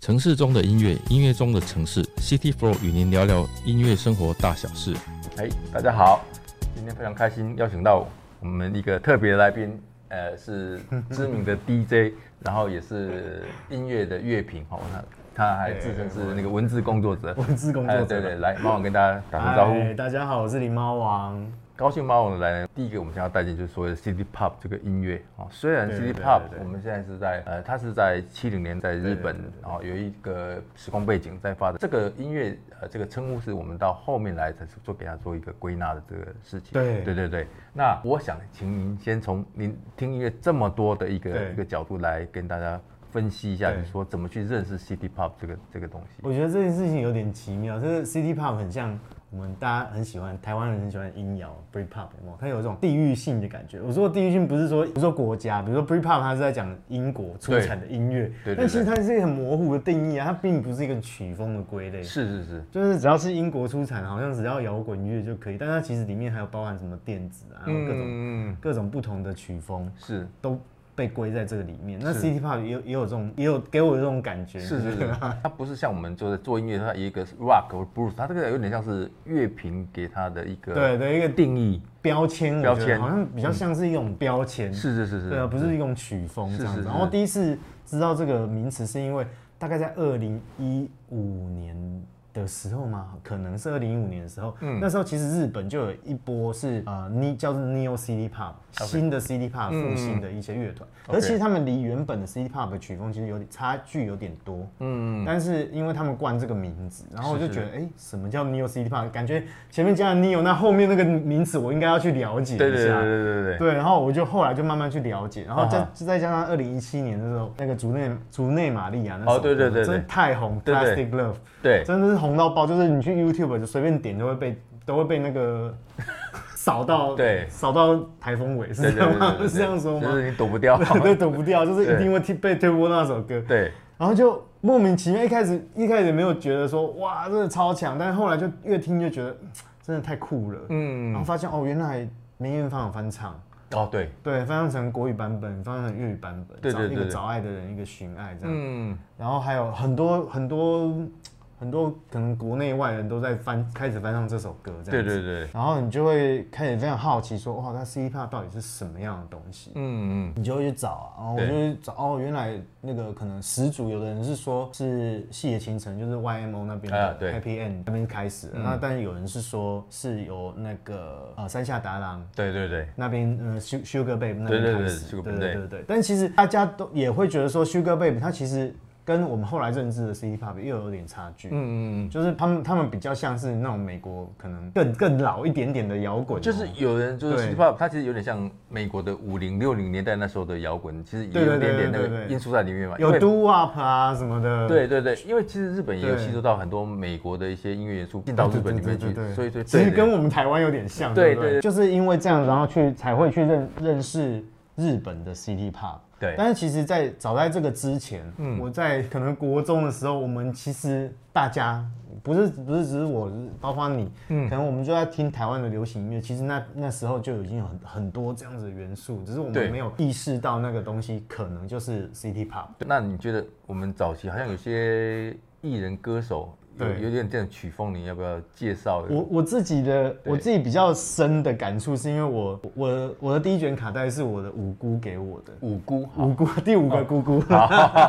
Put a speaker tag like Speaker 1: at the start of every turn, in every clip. Speaker 1: 城市中的音乐，音乐中的城市，City Flow 与您聊聊音乐生活大小事。哎，大家好，今天非常开心邀请到我们一个特别的来宾，呃，是知 名的 DJ，然后也是音乐的乐评哦，他他还自称是那个文字工作者，
Speaker 2: 文字工
Speaker 1: 哎
Speaker 2: 作
Speaker 1: 对对，
Speaker 2: 者。
Speaker 1: 来帮我跟大家打声招呼。
Speaker 2: 嗨大家好，我是狸猫王。
Speaker 1: 高兴猫我来，第一个我们想要带进就是所谓的 City Pop 这个音乐啊、哦。虽然
Speaker 2: 对
Speaker 1: City
Speaker 2: 对对
Speaker 1: Pop
Speaker 2: 对
Speaker 1: 我们现在是在呃，它是在七零年在日本
Speaker 2: 对对对对
Speaker 1: 然后、哦、有一个时空背景在发展。这个音乐呃，这个称呼是我们到后面来才是做给它做一个归纳的这个事情。
Speaker 2: 对
Speaker 1: 对对对。那我想请您先从您听音乐这么多的一个
Speaker 2: 对
Speaker 1: 一个角度来跟大家分析一下，
Speaker 2: 对
Speaker 1: 你说怎么去认识 City Pop 这个这个东西。
Speaker 2: 我觉得这件事情有点奇妙，就是 City Pop 很像我们大家很喜欢，台湾人很喜欢音摇 Brit Pop，有没有它有一种地域性的感觉。我说的地域性不是说不是说国家，比如说 Brit Pop 它是在讲英国出产的音乐
Speaker 1: 对对对，
Speaker 2: 但其实它是一个很模糊的定义啊，它并不是一个曲风的归类。
Speaker 1: 是是是，
Speaker 2: 就是只要是英国出产，好像只要摇滚乐就可以，但它其实里面还有包含什么电子啊，还有各种、
Speaker 1: 嗯，
Speaker 2: 各种不同的曲风。
Speaker 1: 是。
Speaker 2: 都被归在这个里面。那
Speaker 1: 是
Speaker 2: City Pop 也有也有这种，也有给我这种感觉。
Speaker 1: 是是 是，它不是像我们做的做音乐，它一个是 rock 或 blues，它这个有点像是乐评给它的一个
Speaker 2: 对对，一个
Speaker 1: 定义。
Speaker 2: 标签，
Speaker 1: 标
Speaker 2: 我觉
Speaker 1: 签
Speaker 2: 得好像比较像是一种标签。
Speaker 1: 是是是是，嗯
Speaker 2: 对啊，不是一种曲风
Speaker 1: 是
Speaker 2: 这样
Speaker 1: 是
Speaker 2: 子。
Speaker 1: 是
Speaker 2: 然后第一次知道这个名词，是因为大概在二零一五年的时候嘛，可能是二零一五年的时候。
Speaker 1: 嗯
Speaker 2: 那时候其实日本就有一波是呃，你叫做 Neo City Pop 新的 City Pop 复兴的一些乐团，
Speaker 1: 嗯 OK
Speaker 2: 而其实他们离原本的 City Pop 的曲风其实有点差距，有点多。嗯，但是因为他们冠这个名字，然后我
Speaker 1: 是
Speaker 2: 就是觉得，哎、什么叫 Neo City Pop？感觉前面加了 Neo，那后面那个名词我应该要去了解一下。
Speaker 1: 对对对对对对对，
Speaker 2: 对，然后我就后来就慢慢去了解，然后再、
Speaker 1: 啊哈
Speaker 2: 再加上二零一七年的时候，那个竹内竹内玛利亚那
Speaker 1: 哦
Speaker 2: 首歌
Speaker 1: 对对对对
Speaker 2: 真的太红
Speaker 1: 对对
Speaker 2: ，Plastic Love，
Speaker 1: 对
Speaker 2: 真的是红到爆，就是你去 YouTube 就随便点都会被都会被那 个扫到，
Speaker 1: 对
Speaker 2: 扫到台风尾是
Speaker 1: 对
Speaker 2: 这样
Speaker 1: 对
Speaker 2: 吗
Speaker 1: 对？对，
Speaker 2: 是这样说
Speaker 1: 就
Speaker 2: 吗？
Speaker 1: 是你躲不掉。
Speaker 2: 对，躲不掉，就是
Speaker 1: 对
Speaker 2: 一定会踢被推播到那首歌。
Speaker 1: 对，
Speaker 2: 然后就莫名其妙，一开始一开始没有觉得说哇，真的超强，但是后来就越听就觉得嗯真的太酷了，
Speaker 1: 嗯，
Speaker 2: 然后发现哦，原来梅艳芳有翻唱。
Speaker 1: 哦对，
Speaker 2: 对，翻唱成国语版本，翻唱成粤语版本，
Speaker 1: 对
Speaker 2: 找
Speaker 1: 对对
Speaker 2: 一个
Speaker 1: 对
Speaker 2: 找爱的人，一个寻爱这样。
Speaker 1: 嗯，
Speaker 2: 然后还有很多很多很多可能国内外人都在翻开始翻唱这首歌这
Speaker 1: 对
Speaker 2: 样子。
Speaker 1: 对对，
Speaker 2: 然后你就会开始非常好奇说，哇，那 C p o p 到底是什么样的东西？
Speaker 1: 嗯嗯，
Speaker 2: 你就会去找啊，然后我
Speaker 1: 对
Speaker 2: 就会找哦，原来那个可能始祖有的人是说是《细野晴臣》，就是 YMO 那边
Speaker 1: 啊
Speaker 2: 的
Speaker 1: 对嗯
Speaker 2: Happy End 那边开始的，那、但是有人是说是由那个呃山下达郎
Speaker 1: 对对对，
Speaker 2: 那边呃 Su- Sugar Babe 那
Speaker 1: 对
Speaker 2: 边
Speaker 1: 对
Speaker 2: 开
Speaker 1: 对
Speaker 2: 始，
Speaker 1: ，Sugar
Speaker 2: 对
Speaker 1: Babe，
Speaker 2: 对
Speaker 1: 对
Speaker 2: 对对。但其实大家都也会觉得说 Sugar Babe 它其实跟我们后来认知的 City Pop 又有点差距，
Speaker 1: 嗯嗯嗯，
Speaker 2: 就是他们他们比较像是那种美国可能更更老一点点的摇滚哦，
Speaker 1: 就是有人就是
Speaker 2: 对
Speaker 1: City Pop，它其实有点像美国的五零六零年代那时候的摇滚，其实也
Speaker 2: 对对
Speaker 1: 有一点点那
Speaker 2: 对对
Speaker 1: 个
Speaker 2: 对对
Speaker 1: 因素在里面嘛，因
Speaker 2: 有
Speaker 1: 为
Speaker 2: Do Up 啊什么的，
Speaker 1: 对对对，因为其实日本也有
Speaker 2: 对
Speaker 1: 吸收到很多美国的一些音乐元素进
Speaker 2: 对，
Speaker 1: 到日本里面
Speaker 2: 对
Speaker 1: 去
Speaker 2: 对对，对
Speaker 1: 所以所以
Speaker 2: 其实
Speaker 1: 对对
Speaker 2: 跟我们台湾有点像，
Speaker 1: 对
Speaker 2: 不
Speaker 1: 对对
Speaker 2: 就是因为这样，然后去才会去认认识日本的 City Pop。
Speaker 1: 对嗯
Speaker 2: 但是其实在，早在这个之前，我在可能国中的时候，我们其实大家不是不是只是我，是包括你，
Speaker 1: 嗯
Speaker 2: 可能我们就在听台湾的流行音乐。其实那那时候就已经有很很多这样子的元素，只是我
Speaker 1: 对
Speaker 2: 们没有意识到那个东西可能就是 City Pop。
Speaker 1: 那你觉得我们早期好像有些艺人歌手有
Speaker 2: 对
Speaker 1: 有点这种曲风，你要不要介绍？
Speaker 2: 我我自己的
Speaker 1: 对
Speaker 2: 我自己比较深的感触，是因为我我我的第一卷卡带是我的五姑给我的，
Speaker 1: 五姑，
Speaker 2: 五姑第五个姑姑，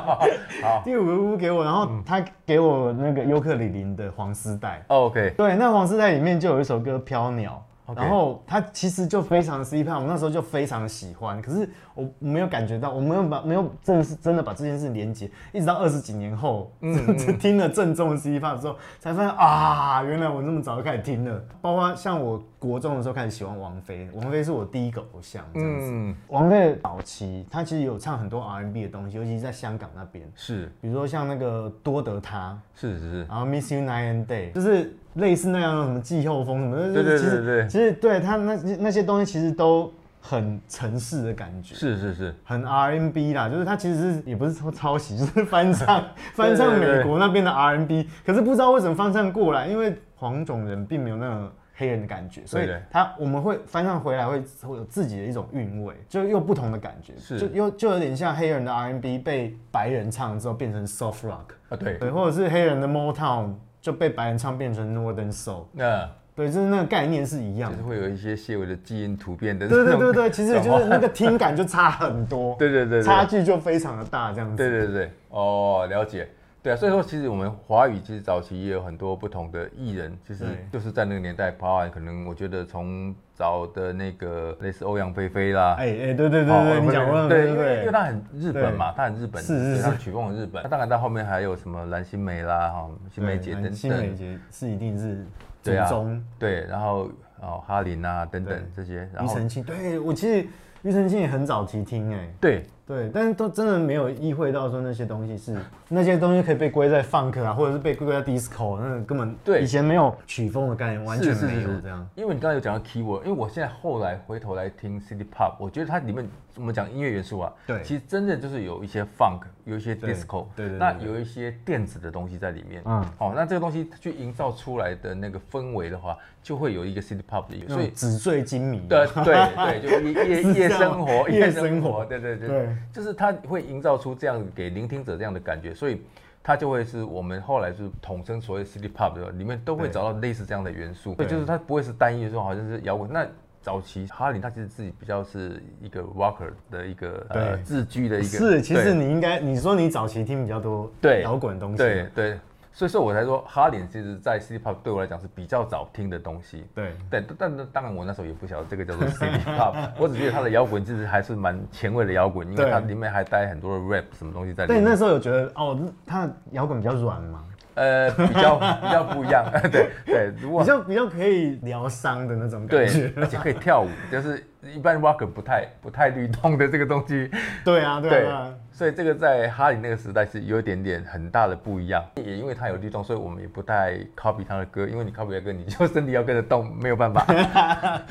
Speaker 2: 第五个姑姑给我，然后她给我那个尤克里里的黄丝带，
Speaker 1: o k
Speaker 2: 对，那黄丝带里面就有一首歌《飘鸟》。
Speaker 1: OK
Speaker 2: 然后它其实就非常 C 胖，我那时候就非常喜欢，可是我没有感觉到，我没有把没有正式真的把这件事连接，一直到二十几年后，
Speaker 1: 嗯
Speaker 2: 听了正宗的 C 胖之后，才发现啊，原来我那么早就开始听了。包括像我国中的时候开始喜欢王菲，王菲是我第一个偶像这样子。
Speaker 1: 嗯，
Speaker 2: 王菲的早期，她其实有唱很多 R&B 的东西，尤其是在香港那边，
Speaker 1: 是
Speaker 2: 比如说像那个多得她，
Speaker 1: 是是是，
Speaker 2: 然后 Miss You Night and Day，就是类似那样的什么季后风什么的，
Speaker 1: 对对
Speaker 2: 就是其实
Speaker 1: 对对对
Speaker 2: 其实对他那那些东西其实都很城市的感觉。
Speaker 1: 是是是，
Speaker 2: 很 RNB 啦，就是他其实是也不是说抄袭，就是翻唱
Speaker 1: 对对
Speaker 2: 翻唱
Speaker 1: 对
Speaker 2: 美国那边的 RNB，可是不知道为什么翻唱过来，因为黄种人并没有那种黑人的感觉，所以
Speaker 1: 对对
Speaker 2: 他我们会翻唱回来会会有自己的一种韵味，就又不同的感觉，
Speaker 1: 是
Speaker 2: 就又就有点像黑人的 R&B 被白人唱之后变成 soft rock，
Speaker 1: 啊，对，
Speaker 2: 对，或者是黑人的 Motown 就被白人唱变成 Northern Soul，
Speaker 1: 那
Speaker 2: 对，就是那个概念是一样
Speaker 1: 就是
Speaker 2: 的。
Speaker 1: 会有一些些微的基因突变的，
Speaker 2: 对对对对，其实
Speaker 1: 转
Speaker 2: 就
Speaker 1: 换
Speaker 2: 是那个听感就差很多，
Speaker 1: 对对对对
Speaker 2: 差距就非常的大，这样子。
Speaker 1: 对对对，哦，了解。对啊，所以说其实我们华语其实早期也有很多不同的艺人，其实
Speaker 2: 对
Speaker 1: 就是在那个年代，包含可能我觉得从早的那个类似欧阳菲菲啦，
Speaker 2: 哎哎，对对对
Speaker 1: 哦
Speaker 2: 对，你讲过了，对
Speaker 1: 因为因为
Speaker 2: 对
Speaker 1: 他很日本嘛，他很日本，
Speaker 2: 是是
Speaker 1: 对
Speaker 2: 是
Speaker 1: 他曲风很日本。他当然到后面还有什么蓝心湄啦，哈，新
Speaker 2: 对，
Speaker 1: 梅姐等等，
Speaker 2: 新哎梅姐是一定是
Speaker 1: 对
Speaker 2: 正
Speaker 1: 啊
Speaker 2: 宗，
Speaker 1: 对，然后哦哈林啊等等
Speaker 2: 对
Speaker 1: 这些，然
Speaker 2: 庾
Speaker 1: 后
Speaker 2: 澄庆，对我其实庾澄庆也很早提听哎、
Speaker 1: 对
Speaker 2: 对，但是都真的没有意会到说那些东西是那些东西可以被归在 funk 啊，或者是被归在 disco，那根本
Speaker 1: 对
Speaker 2: 以前没有曲风的概念，完
Speaker 1: 是
Speaker 2: 全
Speaker 1: 是
Speaker 2: 没
Speaker 1: 是
Speaker 2: 有
Speaker 1: 是
Speaker 2: 这样。
Speaker 1: 因为你刚才有讲到 keyword，因为我现在后来回头来听 city pop，我觉得它里面我们讲音乐元素啊，
Speaker 2: 对
Speaker 1: 其实真的就是有一些 funk，有一些 disco，
Speaker 2: 对对对
Speaker 1: 那
Speaker 2: 对
Speaker 1: 有一些电子的东西在里面，
Speaker 2: 嗯
Speaker 1: 哦，那这个东西去营造出来的那个氛围的话，就会有一个 city pop 的音乐，所
Speaker 2: 所以
Speaker 1: 以。
Speaker 2: 纸醉金迷，啊
Speaker 1: 对啊对对，就夜
Speaker 2: 是
Speaker 1: 夜
Speaker 2: 这
Speaker 1: 夜
Speaker 2: 样
Speaker 1: 生活，
Speaker 2: 夜生活
Speaker 1: 对对对，
Speaker 2: 对
Speaker 1: 就是它会营造出这样给聆听者这样的感觉，所以它就会是我们后来是统称所谓 City Pop 的，里面都会
Speaker 2: 对
Speaker 1: 找到类似这样的元素，对，
Speaker 2: 对
Speaker 1: 就是它不会是单一说好像是摇滚那。早期哈林他其实自己比较是一个 rocker 的一个呃
Speaker 2: 对
Speaker 1: 自居的一个，
Speaker 2: 是，其
Speaker 1: 对
Speaker 2: 实你应该你说你早期听比较多
Speaker 1: 对
Speaker 2: 摇滚东西，
Speaker 1: 对对，所以说我才说哈林其实在 City Pop 对我来讲是比较早听的东西，
Speaker 2: 对
Speaker 1: 对，但但当然我那时候也不晓得这个叫做 City Pop，我只觉得他的摇滚其实还是蛮前卫的摇滚，因为
Speaker 2: 对
Speaker 1: 它里面还带很多的 rap 什么东西在里
Speaker 2: 对，
Speaker 1: 面。
Speaker 2: 那时候有觉得哦，他摇滚比较软嘛，
Speaker 1: 呃，比较 比较不一样，对对，如果
Speaker 2: 比较比较可以疗伤的那种感
Speaker 1: 对
Speaker 2: 觉，，
Speaker 1: 而且可以跳舞，就是一般 rocker 不太不太律动的这个东西，
Speaker 2: 对啊
Speaker 1: 对
Speaker 2: 对啊对啊，
Speaker 1: 所以这个在哈林那个时代是有一点点很大的不一样，也因为他有律动，所以我们也不太 copy 他的歌，因为你 copy 他的歌，你就身体要跟着动，没有办 法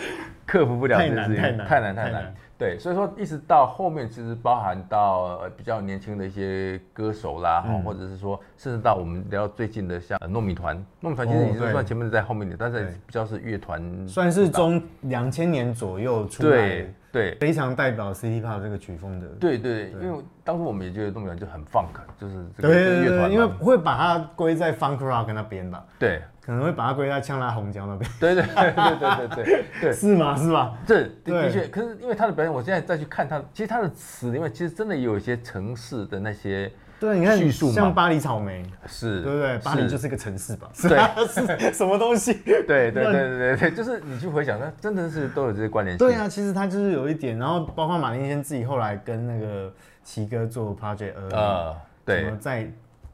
Speaker 1: 克服不了
Speaker 2: 太
Speaker 1: 这件
Speaker 2: 难
Speaker 1: 事情，
Speaker 2: 太难
Speaker 1: 太难太
Speaker 2: 太
Speaker 1: 难
Speaker 2: 难。
Speaker 1: 对，所以说一直到后面，其实包含到呃比较年轻的一些歌手啦，
Speaker 2: 嗯
Speaker 1: 哈或者是说，甚至到我们聊到最近的像呃糯米团，糯米团其实
Speaker 2: 哦
Speaker 1: 已经
Speaker 2: 对
Speaker 1: 算前面的在后面的，但是
Speaker 2: 对
Speaker 1: 比较是乐团，
Speaker 2: 算是中两千年左右
Speaker 1: 嗯
Speaker 2: 出来
Speaker 1: 对对
Speaker 2: 非常代表 City Pop 这个曲风的。
Speaker 1: 对对，因为当时我们也觉得糯米团就很 funk，就是这个
Speaker 2: 对
Speaker 1: 这个
Speaker 2: 对
Speaker 1: 乐
Speaker 2: 对
Speaker 1: 团嘛，
Speaker 2: 对，因为会把它归在 funk rock 那边吧，
Speaker 1: 对。
Speaker 2: 可能会把它归在呛辣红椒那边，
Speaker 1: 对对对对对对 对，
Speaker 2: 是吗？是吧？
Speaker 1: 这的的
Speaker 2: 对
Speaker 1: 确，可是因为他的表演，我现在再去看他，其实他的词里面其实真的也有一些城市的那些
Speaker 2: 对，你看
Speaker 1: 叙述嘛
Speaker 2: 像巴黎草莓，
Speaker 1: 是，。
Speaker 2: 对不对？巴黎就是是个城市吧？是
Speaker 1: 对
Speaker 2: 吧 是什么东西？
Speaker 1: 对对对对对对，就是你去回想，它真的是都有这些关联性。
Speaker 2: 对啊，其实它就是有一点，然后包括马林先自己后来跟那个奇哥做 project，呃，
Speaker 1: 呃，
Speaker 2: 什
Speaker 1: 对
Speaker 2: 么，在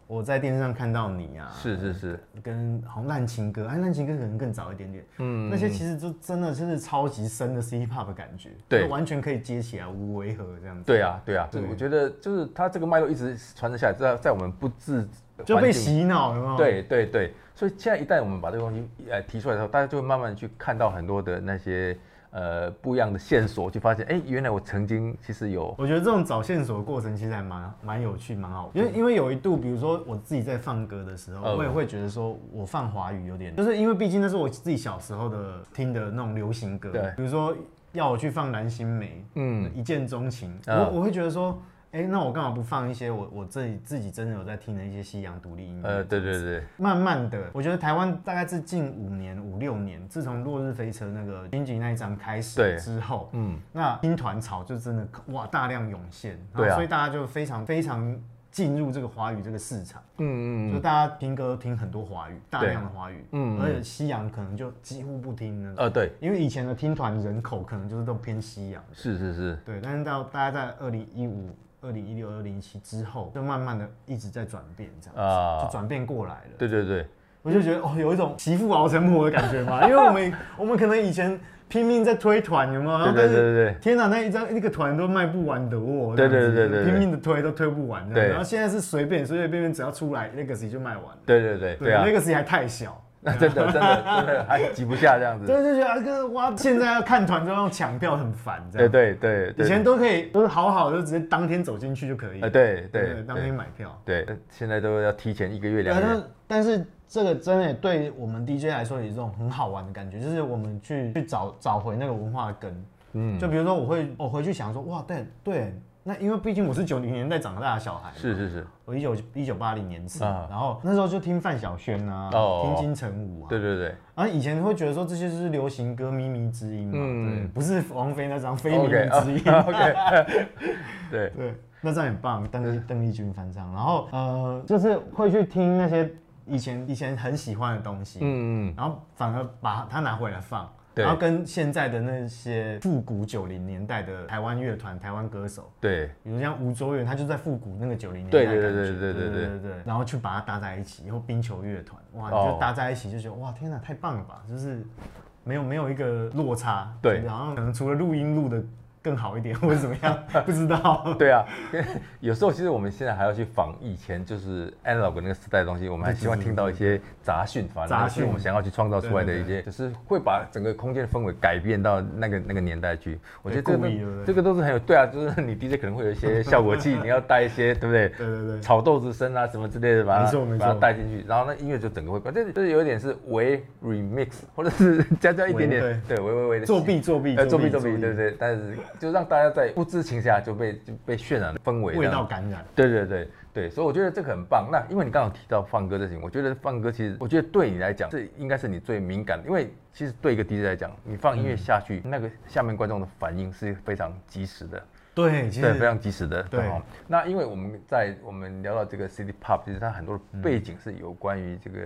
Speaker 2: 我在电视上看到你啊，
Speaker 1: 是是是，
Speaker 2: 跟好像烂情歌，哎，烂情歌可能更早一点点。嗯，那些其实就真的就是超级深的 City Pop 的感觉，
Speaker 1: 对
Speaker 2: 就完全可以接起来，无违和这样子，
Speaker 1: 对啊对啊，
Speaker 2: 对
Speaker 1: 我觉得就是它这个脉络一直传承下来，在在我们不自
Speaker 2: 就被
Speaker 1: 环境
Speaker 2: 洗脑了嘛。，
Speaker 1: 对对对，所以现在一旦我们把这个东西呃提出来的时候，大家就会慢慢去看到很多的那些呃不一样的线索，就发现哎，原来我曾经其实有
Speaker 2: 我觉得这种找线索的过程其实还蛮蛮有趣，蛮好。因为因为有一度，比如说我自己在放歌的时
Speaker 1: 嗯
Speaker 2: 候，我也会觉得说我放华语有点，就是因为毕竟那是我自己小时候的听的那种流行歌，
Speaker 1: 对
Speaker 2: 比如说要我去放蓝心湄，
Speaker 1: 嗯
Speaker 2: 一见钟情，
Speaker 1: 嗯
Speaker 2: 我我会觉得说，哎、那我干嘛不放一些我我自己自己真的有在听的一些西洋独立音乐？
Speaker 1: 呃对对对
Speaker 2: 慢慢的，我觉得台湾大概是近五年、五六年，自从《落日飞车》那个金井那一张开
Speaker 1: 对
Speaker 2: 始之后，
Speaker 1: 嗯
Speaker 2: 嗯，那听团潮就真的哇大量涌现，然后
Speaker 1: 对啊
Speaker 2: 所以大家就非常非常进入这个华语这个市场，
Speaker 1: 嗯嗯
Speaker 2: 就
Speaker 1: 嗯
Speaker 2: 大家听歌听很多华语，大
Speaker 1: 对
Speaker 2: 量的华语，
Speaker 1: 嗯
Speaker 2: 嗯，而且西洋可能就几乎不听那种，
Speaker 1: 呃对
Speaker 2: 因为以前的听团人口可能就是都偏西洋，
Speaker 1: 是是是
Speaker 2: 对，但是到大家在二零一五、二零一六、二零一七之后，就慢慢的一直在转变，这样子，
Speaker 1: 啊
Speaker 2: 就转变过来了。
Speaker 1: 对对对
Speaker 2: 我就觉得哦，有一种媳妇熬成婆的感觉嘛，因为我们我们可能以前拼命在推团，有没有？然
Speaker 1: 对对对
Speaker 2: 后但是
Speaker 1: 对对
Speaker 2: 天哪，那一张那个团都卖不完的哦，
Speaker 1: 对对
Speaker 2: 这样子
Speaker 1: 对对对
Speaker 2: 拼命的推都推不完这样子，
Speaker 1: 对
Speaker 2: 然后现在是随便随随便便只要出来 Legacy 就卖完了，
Speaker 1: 对对对对啊
Speaker 2: ，Legacy 还太小，
Speaker 1: 那 真的真的真的还挤不下这样子。
Speaker 2: 对，就觉得啊，哥哇，现在要看团就要抢票，很烦这
Speaker 1: 对
Speaker 2: 样。
Speaker 1: 对对对，
Speaker 2: 以前都可以，就是好好就直接当天走进去就可以。
Speaker 1: 呃对对
Speaker 2: 当天买票。
Speaker 1: 对，对现在都要提前一个月两
Speaker 2: 对，
Speaker 1: 个
Speaker 2: 但
Speaker 1: 月
Speaker 2: 是。但是这个真的对我们 DJ 来说有一种很好玩的感觉，就是我们去去找找回那个文化的根。嗯，就比如说我会我回去想说，哇，对对，那因为毕竟我是九零年代长大的小孩，
Speaker 1: 是是是，
Speaker 2: 我一九一九八零年次，
Speaker 1: 啊
Speaker 2: 然后那时候就听范晓萱啊，
Speaker 1: 哦
Speaker 2: 听金城武啊，
Speaker 1: 对对对。
Speaker 2: 然后以前会觉得说这些就是流行歌靡靡之音嘛，
Speaker 1: 嗯
Speaker 2: 对，不是王菲那张《非靡
Speaker 1: OK
Speaker 2: 靡之音》
Speaker 1: 啊 OK，对，
Speaker 2: 对，那张很棒，邓丽邓丽君翻唱，然后呃，就是会去听那些以前以前很喜欢的东西，
Speaker 1: 嗯嗯，
Speaker 2: 然后反而把它拿回来放。
Speaker 1: 对
Speaker 2: 然后跟现在的那些复古九零年代的台湾乐团、台湾歌手，
Speaker 1: 对，
Speaker 2: 比如像吴卓源，他就在复古那个九零年代
Speaker 1: 对
Speaker 2: 的感觉，
Speaker 1: 对对对对
Speaker 2: 对
Speaker 1: 对
Speaker 2: 对对然后去把它搭在一起，以后冰球乐团，哇，
Speaker 1: 哦
Speaker 2: 你就搭在一起就觉得哇，天哪，太棒了吧！就是没有没有一个落差，
Speaker 1: 对
Speaker 2: 就是好像可能除了录音录的更好一点，或者怎么样， 不知道。
Speaker 1: 对啊， 有时候其实我们现在还要去仿以前就是 analog 那个时代的东西，我们还希望听到一些杂讯，反正
Speaker 2: 杂
Speaker 1: 是
Speaker 2: 讯
Speaker 1: 我们想要去创造出来的一些，就是会把整个空间的氛围改变到那个那个年代去。我觉得这个
Speaker 2: 故意
Speaker 1: 都
Speaker 2: 对不对
Speaker 1: 这个都是很有对啊，就是你 DJ 可能会有一些效果 器，你要带一些，对不对？
Speaker 2: 对对对
Speaker 1: 炒豆子声啊什么之类的，把它
Speaker 2: 没错没错
Speaker 1: 把它带进去，然后那音乐就整个会变，这就是有一点是微 remix，或者是加加一点点，对，微微微的
Speaker 2: 作弊作弊
Speaker 1: 呃，作弊作弊，对对，但是就让大家在不知情下就被就被渲染氛围这
Speaker 2: 味
Speaker 1: 样
Speaker 2: 道感染。
Speaker 1: 对对对对，所以我觉得这个很棒。那因为你刚好提到放歌这事情，我觉得放歌其实，我觉得对你来讲，这应该是你最敏感的，因为其实对一个 DJ 来讲，你放音乐下去，那个下面观众的反应是非常及时的。
Speaker 2: 对，其
Speaker 1: 对，非
Speaker 2: 实
Speaker 1: 常及时的。
Speaker 2: 嗯对
Speaker 1: 哦那因为我们在我们聊到这个 City Pop，其实它很多的背景是有关于这个、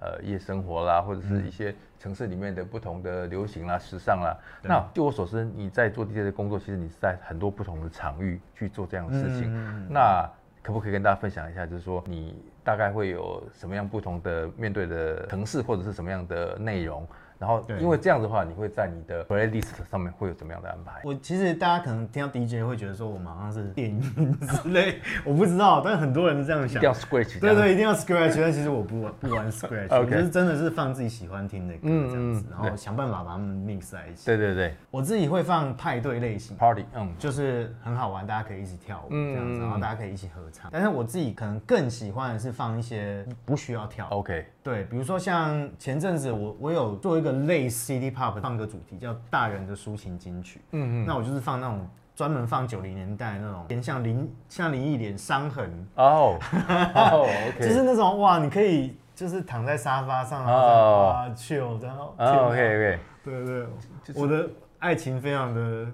Speaker 1: 呃夜生活啦，或者
Speaker 2: 嗯
Speaker 1: 是一些城市里面的不同的流行啦、时尚啦。那据我所知，你在做 DJ 的工作，其实你是在很多不同的场域去做这
Speaker 2: 嗯
Speaker 1: 样的事情。那可不可以跟大家分享一下，就是说你大概会有什么样不同的面对的城市，或者是什么样的内容？然后，
Speaker 2: 对
Speaker 1: 因为这样的话，你会在你的 playlist 上面会有怎么样的安排？
Speaker 2: 我其实大家可能听到 DJ 会觉得说我们好像是电音之类，我不知道，但很多人是这样
Speaker 1: 一
Speaker 2: 想
Speaker 1: 定。要 scratch 这
Speaker 2: 对
Speaker 1: 样
Speaker 2: 对，一定要 scratch，但其实我不玩不玩 scratch，我
Speaker 1: OK
Speaker 2: 就是真的是放自己喜欢听的歌
Speaker 1: 嗯
Speaker 2: 这样子
Speaker 1: 嗯，
Speaker 2: 然后想办法把它们 mix 在一起。
Speaker 1: 对对对
Speaker 2: 我自己会放派对类型，
Speaker 1: ，party，嗯，
Speaker 2: 就是很好玩，大家可以一起跳舞
Speaker 1: 嗯
Speaker 2: 这样
Speaker 1: 嗯嗯
Speaker 2: 子，然后大家可以一起合唱。但是我自己可能更喜欢的是放一些不需要跳，
Speaker 1: OK，
Speaker 2: 对，比如说像前阵子我我有做一个类 City Pop 的放歌主题，叫《大人的抒情金曲》。
Speaker 1: 嗯
Speaker 2: 嗯，那我就是放那种专门放九零年代那种，偏向林像林忆莲《伤痕
Speaker 1: 哦， 哦》，
Speaker 2: 就是
Speaker 1: ，OK，
Speaker 2: 那种哇，你可以就是躺在沙发上，然后这样
Speaker 1: 哦
Speaker 2: 哇 chill，然后
Speaker 1: 啊
Speaker 2: 天哪
Speaker 1: ，OK，OK，
Speaker 2: 对对，我的爱情非常的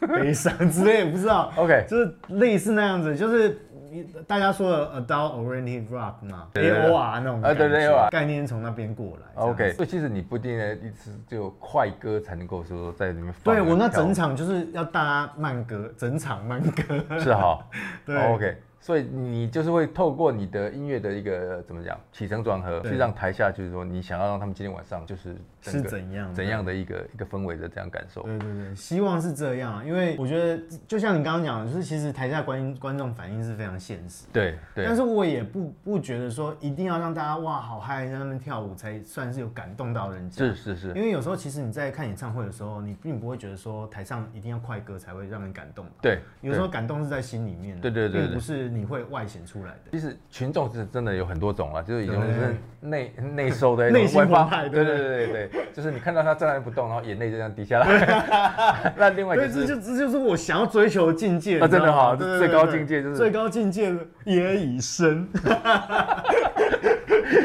Speaker 2: 悲伤之类，不知道
Speaker 1: OK
Speaker 2: 就是类似那样子，就是你大家说的 adult oriented rock 嘛
Speaker 1: 对对对
Speaker 2: ，A O R 那种
Speaker 1: 啊
Speaker 2: 感
Speaker 1: 对
Speaker 2: 觉，
Speaker 1: 对 AOR
Speaker 2: 概念从那边过来这样
Speaker 1: OK，所以其实你不一定呢，一直只有快歌才能够说在里面放
Speaker 2: 对
Speaker 1: 个
Speaker 2: 我那
Speaker 1: 跳舞
Speaker 2: 整场就是要大家慢歌，整场慢歌，
Speaker 1: 是好，
Speaker 2: 对
Speaker 1: 哦，OK，所以你就是会透过你的音乐的一个怎么讲起承转合，
Speaker 2: 对
Speaker 1: 去让台下就是说你想要让他们今天晚上就是整
Speaker 2: 是
Speaker 1: 个
Speaker 2: 怎样的
Speaker 1: 怎样的一个一个氛围的这样感受，
Speaker 2: 对对对，希望是这样，啊因为我觉得就像你刚刚讲的，就是其实台下观观众反应是非常现实。
Speaker 1: 对对
Speaker 2: 但，是我也不不觉得说一定要让大家哇好嗨在那边跳舞才算是有感动到人家，
Speaker 1: 是是是，
Speaker 2: 因为有时候其实你在看演唱会的时候，你并不会觉得说台上一定要快歌才会让人感动吧，
Speaker 1: 对，
Speaker 2: 有时候感动是在心里面的，
Speaker 1: 对对对对
Speaker 2: 并不是你会外显出来的。
Speaker 1: 其实群众是真的有很多种啊，就是有种
Speaker 2: 对
Speaker 1: 是内内收的
Speaker 2: 内心
Speaker 1: 外
Speaker 2: 澎
Speaker 1: 发，
Speaker 2: 湃
Speaker 1: 对
Speaker 2: 对
Speaker 1: 对对
Speaker 2: 不
Speaker 1: 对对，就是你看到他站在不动，然后眼泪就这样滴下 来。那另外一
Speaker 2: 对，
Speaker 1: 个
Speaker 2: 这
Speaker 1: 是，
Speaker 2: 就这就是我想要追求的境界
Speaker 1: 啊真的
Speaker 2: 你知道吗
Speaker 1: 哈
Speaker 2: 对
Speaker 1: 这
Speaker 2: 对
Speaker 1: 最高
Speaker 2: 对
Speaker 1: 境界就是
Speaker 2: 最高境界也已深。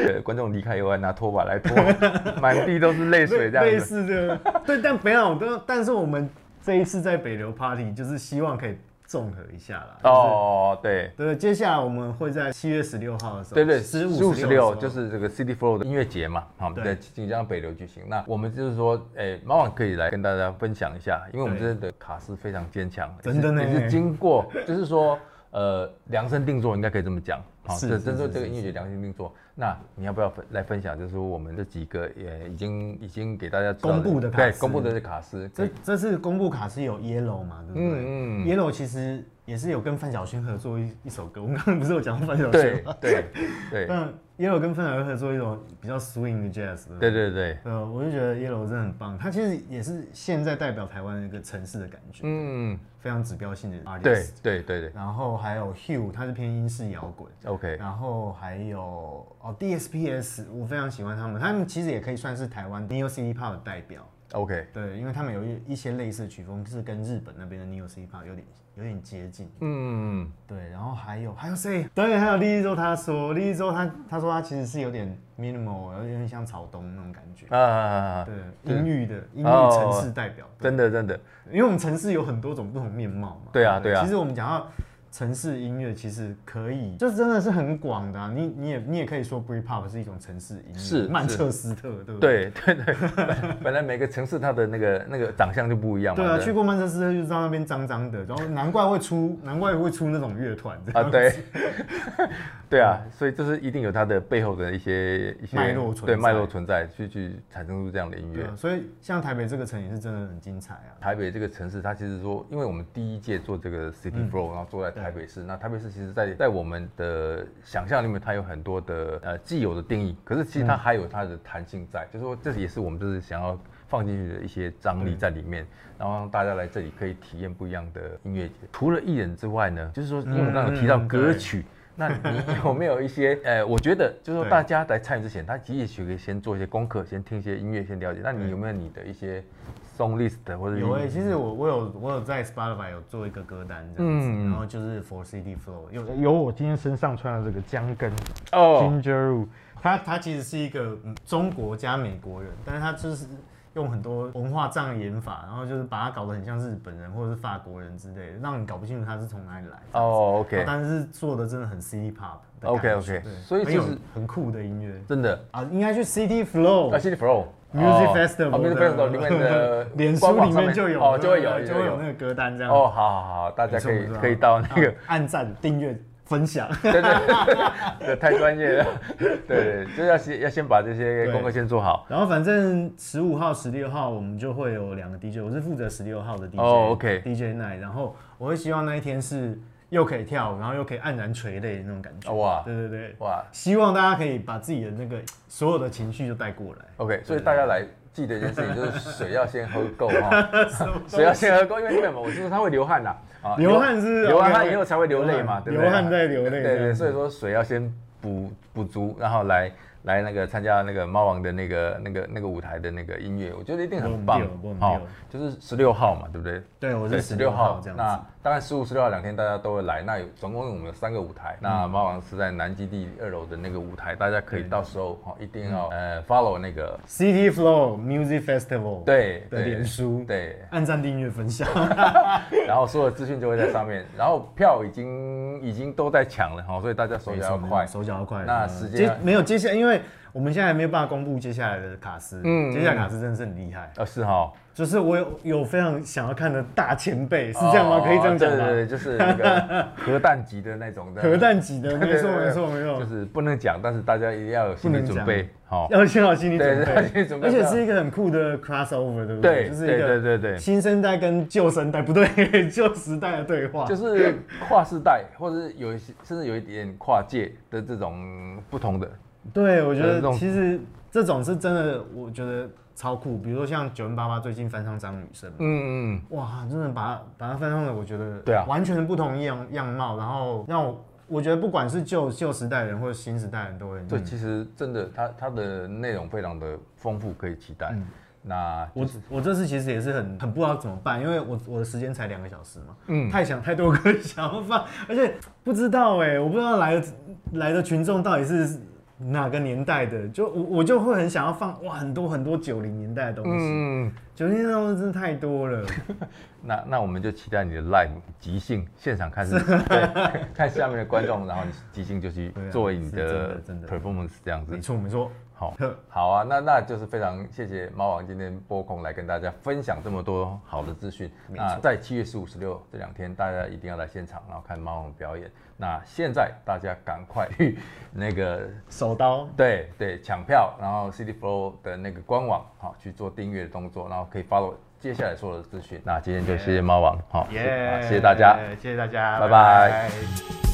Speaker 1: 呃观众离开以后还拿拖把来拖， 满地都是泪水这
Speaker 2: 类
Speaker 1: 样子。
Speaker 2: 似的，对，但北有都，但是我们这一次在北流 party 就是希望可以综合一下啦。哦，
Speaker 1: 哦，对。
Speaker 2: 对，接下来我们会在七月十六号的时候，
Speaker 1: 对对，
Speaker 2: 十
Speaker 1: 五
Speaker 2: 五
Speaker 1: 十六就是这个 City Flow 的音乐节嘛，好，
Speaker 2: 对
Speaker 1: 在锦江北流举行。那我们就是说，诶，马网可以来跟大家分享一下，因为我们
Speaker 2: 对
Speaker 1: 真的卡斯非常坚强，
Speaker 2: 真的呢
Speaker 1: 也是也是经过，就是说，呃，量身定做，应该可以这么讲。好，
Speaker 2: 是
Speaker 1: 这
Speaker 2: 是
Speaker 1: 这
Speaker 2: 是
Speaker 1: 这这个音乐节良心并做。那你要不要分来分享？就是说我们这几个也已经已经给大家知道
Speaker 2: 公布的卡
Speaker 1: 对
Speaker 2: 司
Speaker 1: 公布的卡斯，
Speaker 2: 这这次公布卡是有 Yellow 嘛，对不对？
Speaker 1: 嗯嗯
Speaker 2: Yellow 其实也是有跟范晓萱合作一一首歌， 我们刚刚不是有讲到范晓萱
Speaker 1: 对
Speaker 2: 吗？
Speaker 1: 对对
Speaker 2: 但 Yellow 跟范晓萱合作一首比较 swing 的 jazz，对不对
Speaker 1: 对对对，
Speaker 2: 呃，我就觉得 Yellow 真的很棒，他其实也是现在代表台湾一个城市的感觉，
Speaker 1: 嗯，
Speaker 2: 非常指标性的 artist。
Speaker 1: 对对对对
Speaker 2: 然后还有 Hugh，他是偏英式摇滚。
Speaker 1: ，OK，
Speaker 2: 然后还有哦，DSPS，我非常喜欢他们，他们其实也可以算是台湾 Neo City Pop 的代表。
Speaker 1: OK，
Speaker 2: 对，因为他们有一一些类似的曲风，是跟日本那边的 Neo City Pop 有点有点接近。
Speaker 1: 嗯，
Speaker 2: 对，然后还有还有谁？对，还有利益周，他说利益周他他说他其实是有点 minimal，有点像草东那种感觉。
Speaker 1: 啊啊啊，啊
Speaker 2: 对，
Speaker 1: 对
Speaker 2: 英语的英语
Speaker 1: 哦
Speaker 2: 城市代表，对
Speaker 1: 真的真的，
Speaker 2: 因为我们城市有很多种不同面貌嘛。
Speaker 1: 对啊
Speaker 2: 不
Speaker 1: 对啊
Speaker 2: 其实我们讲到城市音乐，其实可以，就是真的是很广的、啊。你你也你也可以说 Britpop 是一种城市音乐，
Speaker 1: 是
Speaker 2: 曼彻斯特，对不对？
Speaker 1: 对对 对，本本来每个城市它的那个那个长相就不一样嘛，
Speaker 2: 对啊，
Speaker 1: 对
Speaker 2: 去过曼彻斯特就知道那边脏脏的，然后难怪会出，难怪会出那种乐团这样
Speaker 1: 啊，对， 对啊，所以就是一定有它的背后的一些一些
Speaker 2: 嗯脉络存
Speaker 1: 对
Speaker 2: 在
Speaker 1: 脉络存在，去去产生出这样的音
Speaker 2: 对
Speaker 1: 乐。
Speaker 2: 啊，所以像台北这个城也是真的很精彩啊。
Speaker 1: 台北这个城市，它其实说，因为我们第一届做这个
Speaker 2: 嗯
Speaker 1: City Flow，、然后做在台北市，那台北市其实在在我们的想象里面，它有很多的呃既有的定义，可是其实
Speaker 2: 嗯
Speaker 1: 它还有它的弹性在，就是说这也是我们就是想要放进去的一些张力在里面，
Speaker 2: 嗯
Speaker 1: 然后让大家来这里可以体验不一样的音乐节。除了艺人之外呢，就是说，因为我们刚刚有提到
Speaker 2: 嗯嗯嗯
Speaker 1: 歌
Speaker 2: 对
Speaker 1: 曲。那你有没有一些 呃，我觉得就是说
Speaker 2: 对
Speaker 1: 大家来参与之前，他也许可以先做一些功课，先听一些音乐，先了解。那你
Speaker 2: 对
Speaker 1: 有没有你的一些 song list 或者
Speaker 2: 有
Speaker 1: 你
Speaker 2: 诶、其实我我有我有在 Spotify 有做一个歌单这样子，
Speaker 1: 嗯
Speaker 2: 然后就是 For City Flow，有有我今天身上穿的这个姜根，
Speaker 1: 哦，
Speaker 2: Ginger Ru，他他其实是一个嗯中国加美国人，但是他就是用很多文化障碍演法，然后就是把他搞得很像日本人或者是法国人之类的，让你搞不清楚他是从哪里来。
Speaker 1: 哦
Speaker 2: 然后
Speaker 1: ，OK，
Speaker 2: 但是做的真的很 City Pop 的
Speaker 1: OK，OK
Speaker 2: 感觉对
Speaker 1: 所以
Speaker 2: 很
Speaker 1: 其实
Speaker 2: 有很酷的音乐
Speaker 1: 真的
Speaker 2: 啊，应该去 City
Speaker 1: 啊
Speaker 2: Flow。
Speaker 1: ，City Flow
Speaker 2: Music
Speaker 1: 哦
Speaker 2: Festival
Speaker 1: 哦，Music
Speaker 2: 的
Speaker 1: Festival 里面的
Speaker 2: 脸书
Speaker 1: 官网
Speaker 2: 里
Speaker 1: 上
Speaker 2: 面就有
Speaker 1: 哦，就会
Speaker 2: 对
Speaker 1: 有
Speaker 2: 对对就会有那个歌单这样
Speaker 1: 哦，好好好，大家可以
Speaker 2: 没错没错
Speaker 1: 可以到那个，
Speaker 2: 按赞、订阅、分享。
Speaker 1: 对
Speaker 2: 啊
Speaker 1: 对，对太专业了， 对，就是要先要先把这些
Speaker 2: 对
Speaker 1: 功课先做好。
Speaker 2: 然后反正十五号、十六号我们就会有两个 DJ，我是负责十六号的 DJ，
Speaker 1: 哦，OK
Speaker 2: DJ night，然后我会希望那一天是又可以跳舞，然后又可以黯然垂泪的那种感觉。
Speaker 1: 哦哇
Speaker 2: 对对对，
Speaker 1: 哇
Speaker 2: 希望大家可以把自己的那个所有的情绪就带过来。
Speaker 1: ，OK，所以大家来记得一件事情，就是水要先喝够哈，水要先喝够，因为为什么？我是说它会流汗呐，啊
Speaker 2: 流汗是
Speaker 1: 流完
Speaker 2: OK，
Speaker 1: 汗以后才会流泪嘛，对不
Speaker 2: 流汗
Speaker 1: 对？
Speaker 2: 流汗再流泪
Speaker 1: 对
Speaker 2: 这
Speaker 1: 对，
Speaker 2: 样
Speaker 1: 所以说水要先补补足，然后来来那个参加那个猫王的那个那个那个舞台的那个音乐，我觉得一定很棒
Speaker 2: 忘不掉忘。不
Speaker 1: 好
Speaker 2: 掉，
Speaker 1: 就是十六号嘛，对不对？
Speaker 2: 对，我
Speaker 1: 对，
Speaker 2: 是
Speaker 1: 十
Speaker 2: 十
Speaker 1: 六
Speaker 2: 六
Speaker 1: 号
Speaker 2: 号这样
Speaker 1: 那
Speaker 2: 子。
Speaker 1: 当然，十五、十六号两天大家都会来。那有总共我们有三个舞
Speaker 2: 嗯
Speaker 1: 台。那猫王是在南基地二楼的那个舞台，大家可以到时候哈，一定要
Speaker 2: 嗯
Speaker 1: 呃 follow 那个
Speaker 2: City Flow Music Festival
Speaker 1: 对
Speaker 2: 的
Speaker 1: 对
Speaker 2: 脸书，，
Speaker 1: 对，
Speaker 2: 按赞、订阅、分享。
Speaker 1: 然后所有资讯就会在上面。然后票已经已经都在抢了哈，所以大家手
Speaker 2: 没
Speaker 1: 脚要
Speaker 2: 错没错
Speaker 1: 快。
Speaker 2: 手脚要快。
Speaker 1: 那
Speaker 2: 呃
Speaker 1: 时间
Speaker 2: 接
Speaker 1: 要
Speaker 2: 没有接下来，因为我们现在还没有办法公布接下来的卡斯，
Speaker 1: 嗯
Speaker 2: 嗯，接下来卡斯真的是很厉害，
Speaker 1: 呃，是哈，
Speaker 2: 就是我有有非常想要看的大前辈，是这样吗？可以这样讲
Speaker 1: 哦对
Speaker 2: 吗？
Speaker 1: 对对，就是那 个核弹级的那种的
Speaker 2: 核弹级的，
Speaker 1: 对
Speaker 2: 没
Speaker 1: 对
Speaker 2: 错
Speaker 1: 对
Speaker 2: 没错没错
Speaker 1: 就，是不能讲，但是大家一定要有心
Speaker 2: 不
Speaker 1: 理
Speaker 2: 能
Speaker 1: 准
Speaker 2: 讲
Speaker 1: 备，哦好。
Speaker 2: 要先好心理准
Speaker 1: 对要心理准备
Speaker 2: 备，而且是一个很酷的 crossover，对不
Speaker 1: 对
Speaker 2: 就是一
Speaker 1: 对
Speaker 2: 个
Speaker 1: 对对对
Speaker 2: 新生代跟旧生代，不对， 旧时代的对话，
Speaker 1: 就是跨世代， 或者是有一些甚至有一点跨界的这种不同的，
Speaker 2: 对，我觉
Speaker 1: 这
Speaker 2: 得
Speaker 1: 种
Speaker 2: 其实这种是真的，我觉得超酷。比如说像九零八八最近翻唱张雨生嘛，
Speaker 1: 嗯嗯，
Speaker 2: 哇，真的把把它翻唱的，我觉得
Speaker 1: 对啊
Speaker 2: 完全不同样样貌，然后让我我觉得不管是旧旧时代人或者新时代人都会
Speaker 1: 对，
Speaker 2: 嗯
Speaker 1: 其实真的它它的内容非常的丰富，可以期待。
Speaker 2: 嗯
Speaker 1: 那
Speaker 2: 我我这次其实也是很很不知道怎么办，因为我我的时间才两个小时嘛，嗯，太想太多个 想法，而且不知道哎、我不知道来的来的群众到底是哪个年代的，就我我就会很想要放哇很多很多九零年代的东西，
Speaker 1: 嗯，
Speaker 2: 九零、年代的东西真的太多了，
Speaker 1: 那那我们就期待你的 live 即兴现场 看是，对，看下面的观众，然后你即兴就去
Speaker 2: 对啊
Speaker 1: 做你
Speaker 2: 是真
Speaker 1: 的
Speaker 2: 的真的
Speaker 1: performance 这样子
Speaker 2: 没。错没错，
Speaker 1: 好
Speaker 2: 呵，
Speaker 1: 好啊，那那就是非常谢谢猫王今天拨空来跟大家分享这么多啊好的资讯。那在七月十五、十六这两天，大家一定要来现场，然后看猫王表演。那现在大家赶快去 那个
Speaker 2: 手刀
Speaker 1: 对对抢票，然后 City Flow 的那个官网好、去做订阅的动作，然后可以 follow 接下来所有的资讯。那今天就谢谢猫王，好、
Speaker 2: 耶
Speaker 1: 谢谢大家。
Speaker 2: 谢谢大家，
Speaker 1: 拜拜
Speaker 2: 拜